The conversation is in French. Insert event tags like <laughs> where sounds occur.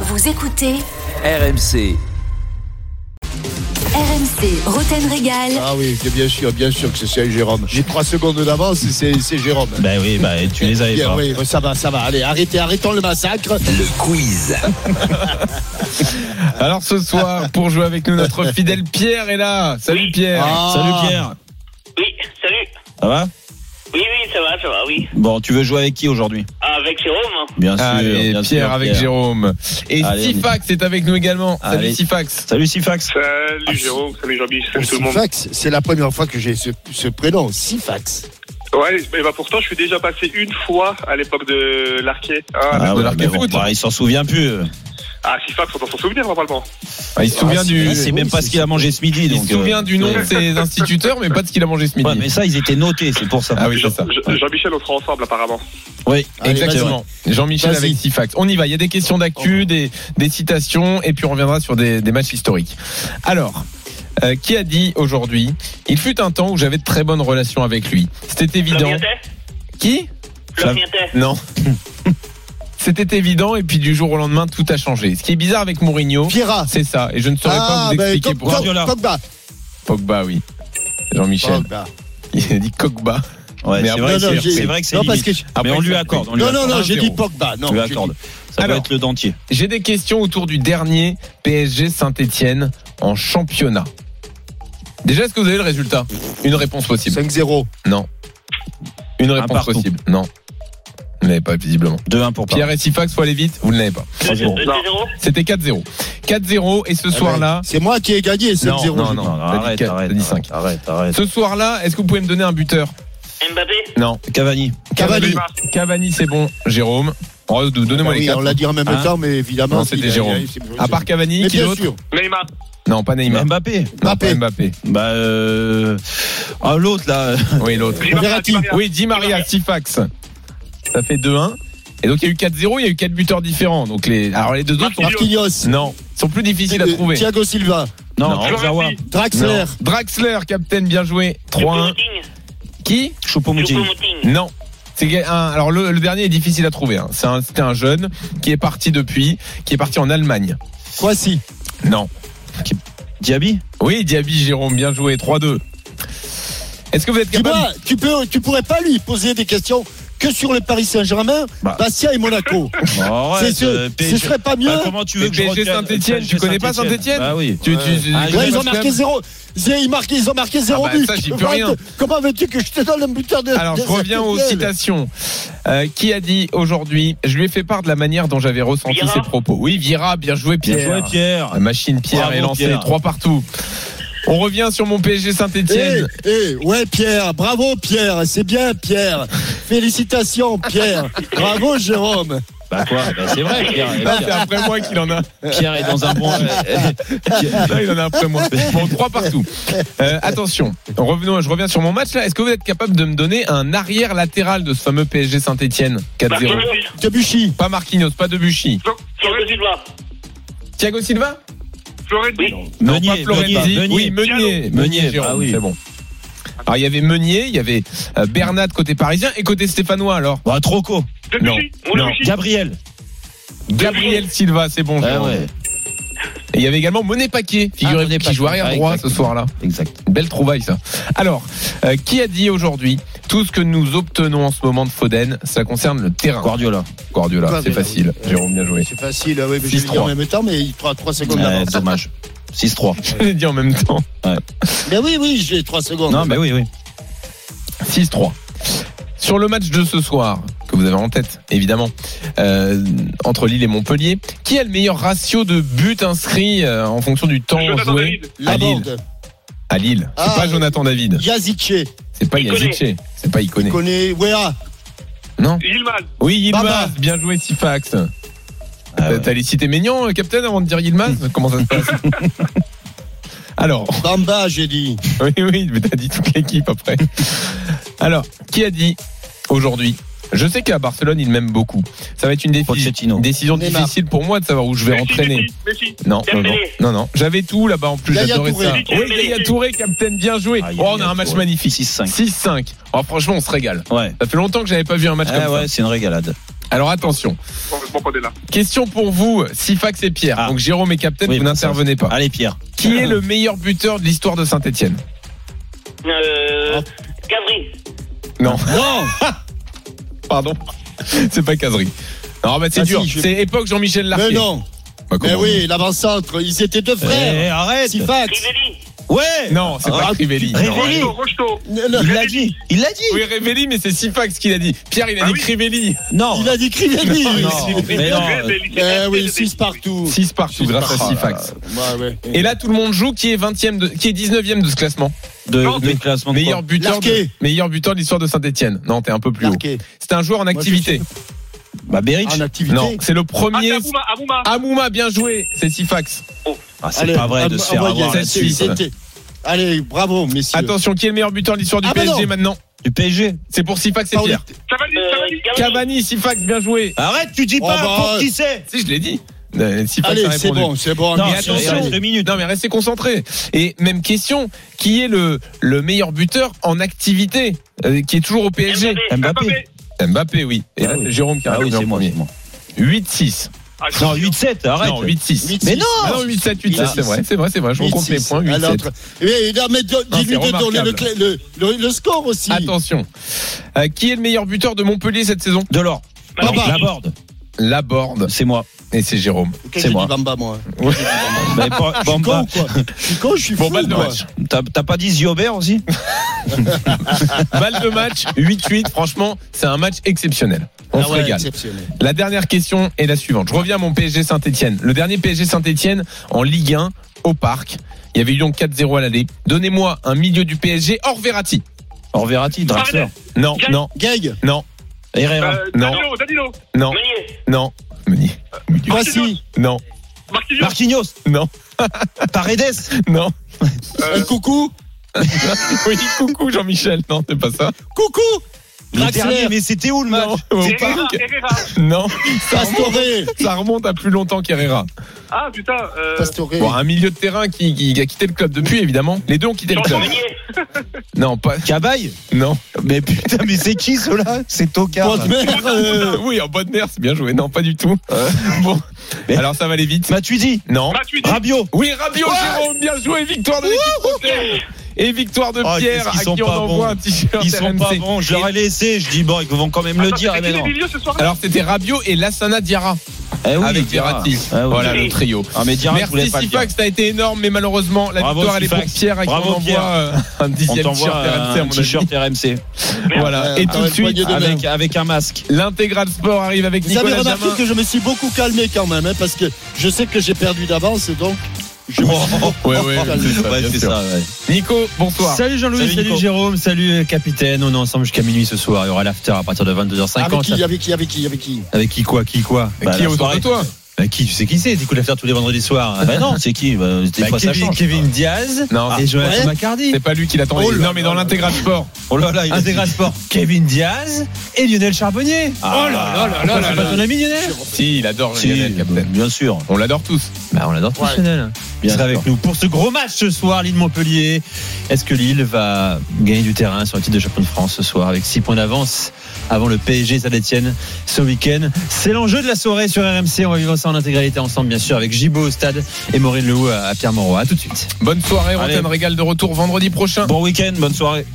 Vous écoutez RMC. RMC Roten Régal. Ah oui, que bien sûr, bien sûr que c'est- c'est Jérôme. J'ai trois secondes d'avance, et c'est c'est Jérôme. Ben oui, bah, tu les avais Bien, pas. oui, ça va, ça va. Allez, arrêtez, arrêtons le massacre. Le quiz. Alors ce soir, pour jouer avec nous, notre fidèle Pierre est là. Salut Pierre. Ah. Salut Pierre. Oui, salut. Ça va Oui, oui, ça va, ça va, oui. Ah, Bon, tu veux jouer avec qui aujourd'hui Avec Jérôme. hein. Bien Allez, bien Pierre sûr, avec Pierre. Jérôme. Et Allez, on y Sifax est avec nous également. Allez. Salut Sifax. Salut Sifax. Salut Jérôme, salut Jean-Baptiste, salut tout le monde. Euh, Sifax, c'est la première fois que j'ai ce, ce prénom, Sifax. Ouais, mais bah pourtant je suis déjà passé une fois à l'époque de l'arquet. Ah, Ah de ouais, l'arc mais et bon, foot. bah, il s'en souvient plus. euh. ah Sifax, on doit s'en souvenir normalement. Ah, il se souvient Ah, du, Il c'est sait même oui, pas c'est- ce qu'il a mangé ce midi. il donc, se souvient euh, du nom de ouais. ses instituteurs, mais pas de ce qu'il a mangé ce midi. Ouais, mais ça, ils étaient notés, c'est pour ça. Ah oui, c'est ça. Je- Jean-Michel, on sera ensemble apparemment. Oui, Allez, Exactement. Jean-Michel Vas-y. avec Sifax. On y va. Il y a des questions d'actu, des, des citations, et puis on reviendra sur des, des matchs historiques. Alors, euh, qui a dit aujourd'hui Il fut un temps où j'avais de très bonnes relations avec lui. C'était évident. Floriantais Qui Floriantais Non. C'était évident et puis du jour au lendemain tout a changé. Ce qui est bizarre avec Mourinho, Pierra. c'est ça et je ne saurais pas Ah, vous ben, expliquer Pog- pourquoi. Pog- Pogba. Pogba, oui. Jean-Michel, Pogba. il a dit Pogba. Ouais, Mais c'est après, vrai, non, non, c'est- j'ai- c'est vrai que c'est Non, parce limite. que. je- Mais on lui accorde. on lui Non, non, accorde. non, un j'ai zéro. dit Pogba. Non, On lui j'ai accorde. dit- Ça doit Alors. être le dentier. J'ai des questions autour du dernier PSG Saint-Étienne en championnat. Déjà, est-ce que vous avez le résultat Une réponse possible. 5-0. Une Un réponse partout. possible. Non. Vous n'avez pas visiblement. 2-1 pour Paris. Pierre et Sifax, faut aller vite, vous ne l'avez pas. Le- Franchement. le- le Non. 0 C'était 4-0. 4-0 et ce Ah soir-là, ben, C'est moi qui ai gagné, 5-0. non, j'ai non. dit. T'as dit arrête, quatre, arrête, t'as dit arrête, cinq. arrête, arrête. ce soir-là, est-ce que vous pouvez me donner un buteur Mbappé Non. Cavani. Cavani. Neymar. Cavani, c'est bon. Jérôme. Oh, Ah Donnez-moi oui, les on quatre. l'a dit en même Hein temps, mais évidemment. Non, c'était il a- Jérôme. il a- À part Cavani, Mais qui bien d'autre sûr. Neymar. Non, pas Neymar. Non, Mbappé. pas Mbappé. Mbappé. Bah, euh... ah, l'autre là. <laughs> euh, Oui, l'autre. Di Maria, Verratti. Di Maria. Oui, Di Maria, Sifax. Ça fait 2-1. Et donc, il y a eu 4-0, il y a eu 4 buteurs différents. Donc, les, alors, les deux autres sont, Marquinhos. Euh, non, sont plus difficiles à trouver. Thiago Silva. Non, Non. Zawa. Florenzi. Draxler. Non. Draxler, captain, bien joué. 3-1. Choupo-Moting Qui Choupo-Moting. Choupo-Moting Non. C'est un- alors le, le dernier est difficile à trouver. hein. C'est un- C'était un jeune qui est parti depuis, qui est parti en Allemagne. Croatie. Non. Diaby. Oui, Diaby, Jérôme, bien joué. 3-2. Est-ce que vous êtes Tu capable vois, tu, peux, tu pourrais pas lui poser des questions que sur le Paris Saint-Germain, Bah. Bastia et Monaco. Oh, C'est arrête, sûr. euh, ce PSG. serait pas mieux. Bah, comment tu veux Mais que je PSG retienne Saint-Étienne, tu connais pas Saint-Étienne Bah oui. Tu- tu- tu- Ah, tu- Ouais, tu- ils ont marqué zéro. zé- Ils, marquent- ils ont marqué zéro Ah bah, but. ça, j'y Tu peux peux rien. pas te- Comment veux-tu que je te donne un buteur de Alors, je de reviens cette aux gueule citations. Euh, qui a dit aujourd'hui Je lui ai fait part de la manière dont j'avais ressenti Vieira ses propos. Oui, Vira, bien joué, Bien Pierre. Ah, joué, Pierre. La machine Pierre Bravo, est lancée, Pierre. trois partout. On revient sur mon PSG Saint-Etienne. Eh, eh, ouais, Pierre. Bravo, Pierre. C'est bien, Pierre. Félicitations, Pierre. Bravo, Jérôme. Bah quoi Bah, C'est vrai, Pierre. <laughs> c'est après moi qu'il en a. Pierre est dans un bon. Là, il en a après <laughs> moi. Bon, trois partout. Euh, attention, revenons, je reviens sur mon match là. Est-ce que vous êtes capable de me donner un arrière latéral de ce fameux PSG Saint-Etienne 4-0 Marquinhos Debuchy. Pas Marquinhos, pas Debuchy. Thiago Silva Thiago Silva Florenzi. Meunier, Non, pas Florenzi. Meunier, Meunier. Oui, Meunier. Diallo. Meunier, Meunier, Jérôme, ah oui. c'est bon. Alors, il y avait Meunier, il y avait euh, Bernat côté parisien et côté stéphanois alors. Bah, Troco. Debuchy. Moulin-Debuchy. Gabriel. Gabriel Silva, c'est bon. Ah Jérôme. ouais, Et il y avait également Monet Paquet, figurez-vous, Monet qui Paquet. joue arrière Ah, droit ce exactement. soir-là. exact. Belle trouvaille ça. Alors, euh, qui a dit aujourd'hui tout ce que nous obtenons en ce moment de Foden, ça concerne le terrain. Ah. Guardiola. Guardiola, Ah, c'est Guardiola, facile. oui. Jérôme, bien <laughs> joué. C'est facile. Ouais, mais je l'ai dit 6-3. en même temps, mais il prend 3 secondes Ouais, d'avance. Ah, dommage. 6-3. Je l'ai dit en même temps. Mais oui, oui, j'ai 3 secondes. Non, bah oui, oui. 6-3. Sur le match de ce soir, que vous avez en tête, évidemment, euh, entre Lille et Montpellier, qui a le meilleur ratio de buts inscrits euh, en fonction du temps Jonathan joué David. à Lille Laborde. À Lille. C'est Ah, pas Jonathan David. Yazice. C'est pas Iconé. Yazice. C'est pas Iconé. Connaît Wea. Yilmaz. Oui, Yilmaz. Baba. Bien joué, Sifax. Ah ouais. T'allais citer Ménian, euh, Captain, avant de dire Yilmaz Comment ça se passe <laughs> Alors, <laughs> Bamba, j'ai dit. oui, oui, mais t'as dit toute l'équipe après. Alors, qui a dit aujourd'hui Je sais qu'à Barcelone, ils m'aiment beaucoup. Ça va être une défi- Pochettino. décision Neymar. difficile pour moi de savoir où je vais Messi, entraîner. Messi, Messi. Non, non, non, Dembélé. non, non. J'avais tout là-bas en plus, Yaya j'adorais ça. Touré. Oui, Yaya Touré, Captain, bien joué. Ah, Oh, on a un Yaya match Touré. magnifique. 6-5. 6-5. Oh, franchement, on se régale. Ouais. Ça fait longtemps que j'avais pas vu un match Ah comme ça. ouais, c'est une régalade. Alors attention. Heureusement qu'on est là. Question pour vous, Sifax et Pierre. Ah. Donc Jérôme et Captain, Oui, vous bon, n'intervenez Ah. pas. Allez, Pierre. Qui est le meilleur buteur de l'histoire de Saint-Etienne Hein Euh. Gabri. Non. <laughs> Pardon. C'est pas Casery. Non, bah c'est Ah, dur. si, je- C'est époque Jean-Michel Larquet. Mais non, Bah, mais comment- oui, l'avant-centre, ils étaient deux Eh, frères. arrête Sifax. Rivelli. Ouais Non, c'est pas Ah, Crivelli. Révéli Rocheteau, Rocheteau. Il l'a dit Il l'a dit Oui, Révelli, mais c'est Sifax qui l'a dit. Pierre, il a Ah dit oui. Crivelli. Non Il a dit Crivelli. Non, mais non. Eh oui, 6 partout. 6 partout Six grâce partout. à Sifax. Ouais, ouais. Et là, tout le monde joue. Qui est 20e de- qui est 19e de ce classement De, Non, de classement de Meilleur quoi buteur, de, Larquet. meilleur buteur de l'histoire de Saint-Etienne. Non, t'es un peu plus haut. Larqué. C'est un joueur en je activité. Bah, Berich. En activité. Non, c'est le premier. Ah, Abouma, Abouma. Amouma, bien joué. C'est Sifax. Ah, c'est Allez, pas vrai de en- se faire envoyez. avoir là-dessus. Suisse. C'était- Allez, bravo, messieurs. Attention, qui est le meilleur buteur de l'histoire du Ah, bah PSG non. Ah maintenant Du PSG. C'est pour Sifax et Pauli- Pierre. Cavani, Euh, Cavani. Gabri. Cavani, Sifax, bien joué. Arrête, tu dis Oh pas bah, pour qui c'est Si, je l'ai dit. Euh, Sifax a Allez, c'est répondu. bon, c'est bon. Non, mais c'est- attention. reste deux minutes. Non, mais restez concentrés. Et même question, qui est le, le meilleur buteur en activité euh, Qui est toujours au PSG Mbappé. Mbappé. Mbappé, oui. Et là, c'est Jérôme qui a Ah oui, répondu en c'est moi. premier. c'est moi. 8-6. Ah, Non, 8-7, arrête. Non, 8-6. Mais Ah non non, 8-7, 8-7, c'est vrai, c'est vrai, c'est vrai, je compte les points, 8-7. 8-6. Mais, non, mais do- Non, c'est dis-lui de donner le, remarquable. clé- le, le, le score aussi. Attention. Euh, qui est le meilleur buteur de Montpellier cette saison Delors. Bamba. Non, Laborde. Laborde. C'est moi. Et c'est Jérôme. Qu'est-ce c'est que moi. dit Bamba, moi. Mais pas- Je suis Bamba. con, quoi. Je suis con, je suis Bon, bah, fou, balle de moi. match. T'as t'as pas dit Ziobert aussi Balle de match, 8-8. Franchement, c'est un match exceptionnel. On Ah se ouais, régale. exceptionnel. La dernière question est la suivante. Je reviens à mon PSG Saint-Etienne. Le dernier PSG Saint-Etienne en Ligue 1 au parc. Il y avait eu donc 4-0 à l'aller. Donnez-moi un milieu du PSG hors Verratti. Or Verratti, Draxler. Non, Gaël. non, Gag, non, Herrera. Euh, Non. Danilo, Danilo. non, Meunier. non. Meunier. Meunier. voici Non, Marquinhos. Marquinhos. non, <laughs> Paredes. non. Euh, un coucou. Oui, coucou Jean-Michel. Non, c'est pas ça. Coucou Le dernier, Draxler, mais c'était où le match Non, au Herrera, parc. Herrera. Non, ça Pastore, remonte, ça remonte à plus longtemps qu'Herrera. Ah, putain. euh, Pastore. Bon, un milieu de terrain qui, qui a quitté le club depuis, évidemment. Les deux ont quitté le club. Meunier. Non, pas. Cabaye. Non. <laughs> Mais putain, mais c'est qui ceux-là C'est Tocard. Bonne mère, euh, oui, en bonne mère, c'est bien joué. Non, pas du tout. Bon, Mais- alors ça va aller vite. Matuidi. Non. Matuidi. Rabiot. Oui, Rabiot, Jérôme, bien joué. Victoire de l'équipe Bretagne. Et victoire de Oh, Pierre, qu'est-ce à qu'ils sont qui on pas envoie bons. un t-shirt Ils sont pas RMC. bons. Je leur ai laissé. Je dis, bon, ils vont quand même le Attends, dire. c'est mais qui les non. milieux ce soir Alors c'était Rabiot et Lassana Diarra Eh oui, avec Diarra. Verratti. Ah oui. Voilà le trio. Ah, mais Diarra, je voulais Merci pas le dire. Sifax, ça a été énorme, mais malheureusement la Bravo, victoire elle est pour Sifax. Pierre, à qui on Bravo, envoie Pierre. euh, un On dixième t-shirt t'envoie RMC. à un mon avis. t-shirt RMC Voilà. Et Ah, tout de ouais, poignée suite, de main. avec avec, avec un masque. l'intégral sport arrive avec Vous avez Nicolas remarqué Jamin. que je me suis beaucoup calmé quand même, hein, parce que je sais que j'ai perdu d'avance, donc je me suis beaucoup <laughs> Ouais, ouais, calmé. c'est ça, bien sûr. Nico, bonsoir. Salut Jean-Louis, Salut, salut, Nico. Jérôme, salut euh, capitaine. On est ensemble jusqu'à minuit ce soir. Il y aura l'after à partir de 22h50. Avec Ah, qui, avec qui, avec qui, avec qui Avec qui quoi Qui quoi Ah, Bah, qui est la autour soirée. de toi Bah, Qui Tu sais qui c'est T'écoutes l'after tous les vendredis soirs. Bah non, c'est qui bah, Des Bah, fois, ça Kevin, change. Kevin Diaz Non, Ah, et Jonathan ouais Macardy. c'est pas lui qui l'attendait. non, mais dans l'intégral sport. Oh là là, il a dit- Intégral Sport, Kevin Diaz et Lionel Charbonnier. Oh Ah, Pourquoi c'est pas ton ami Lionel Si, il adore si, Lionel, Captain. bien sûr. On l'adore tous. Bah, on l'adore tous, Lionel. Il Bien sera sûr. avec nous pour ce gros match ce soir, Lille-Montpellier. Est-ce que Lille va gagner du terrain sur le titre de champion de France ce soir avec 6 points d'avance avant le PSG Saint-Etienne ce week-end C'est l'enjeu de la soirée sur RMC. On va vivre ça en intégralité ensemble, bien sûr, avec Gibo au stade et Maureen Lehoux à à Pierre Moroy. À tout de suite. Bonne soirée, Allez. Rotten Régal de retour vendredi prochain. Bon week-end, bonne soirée.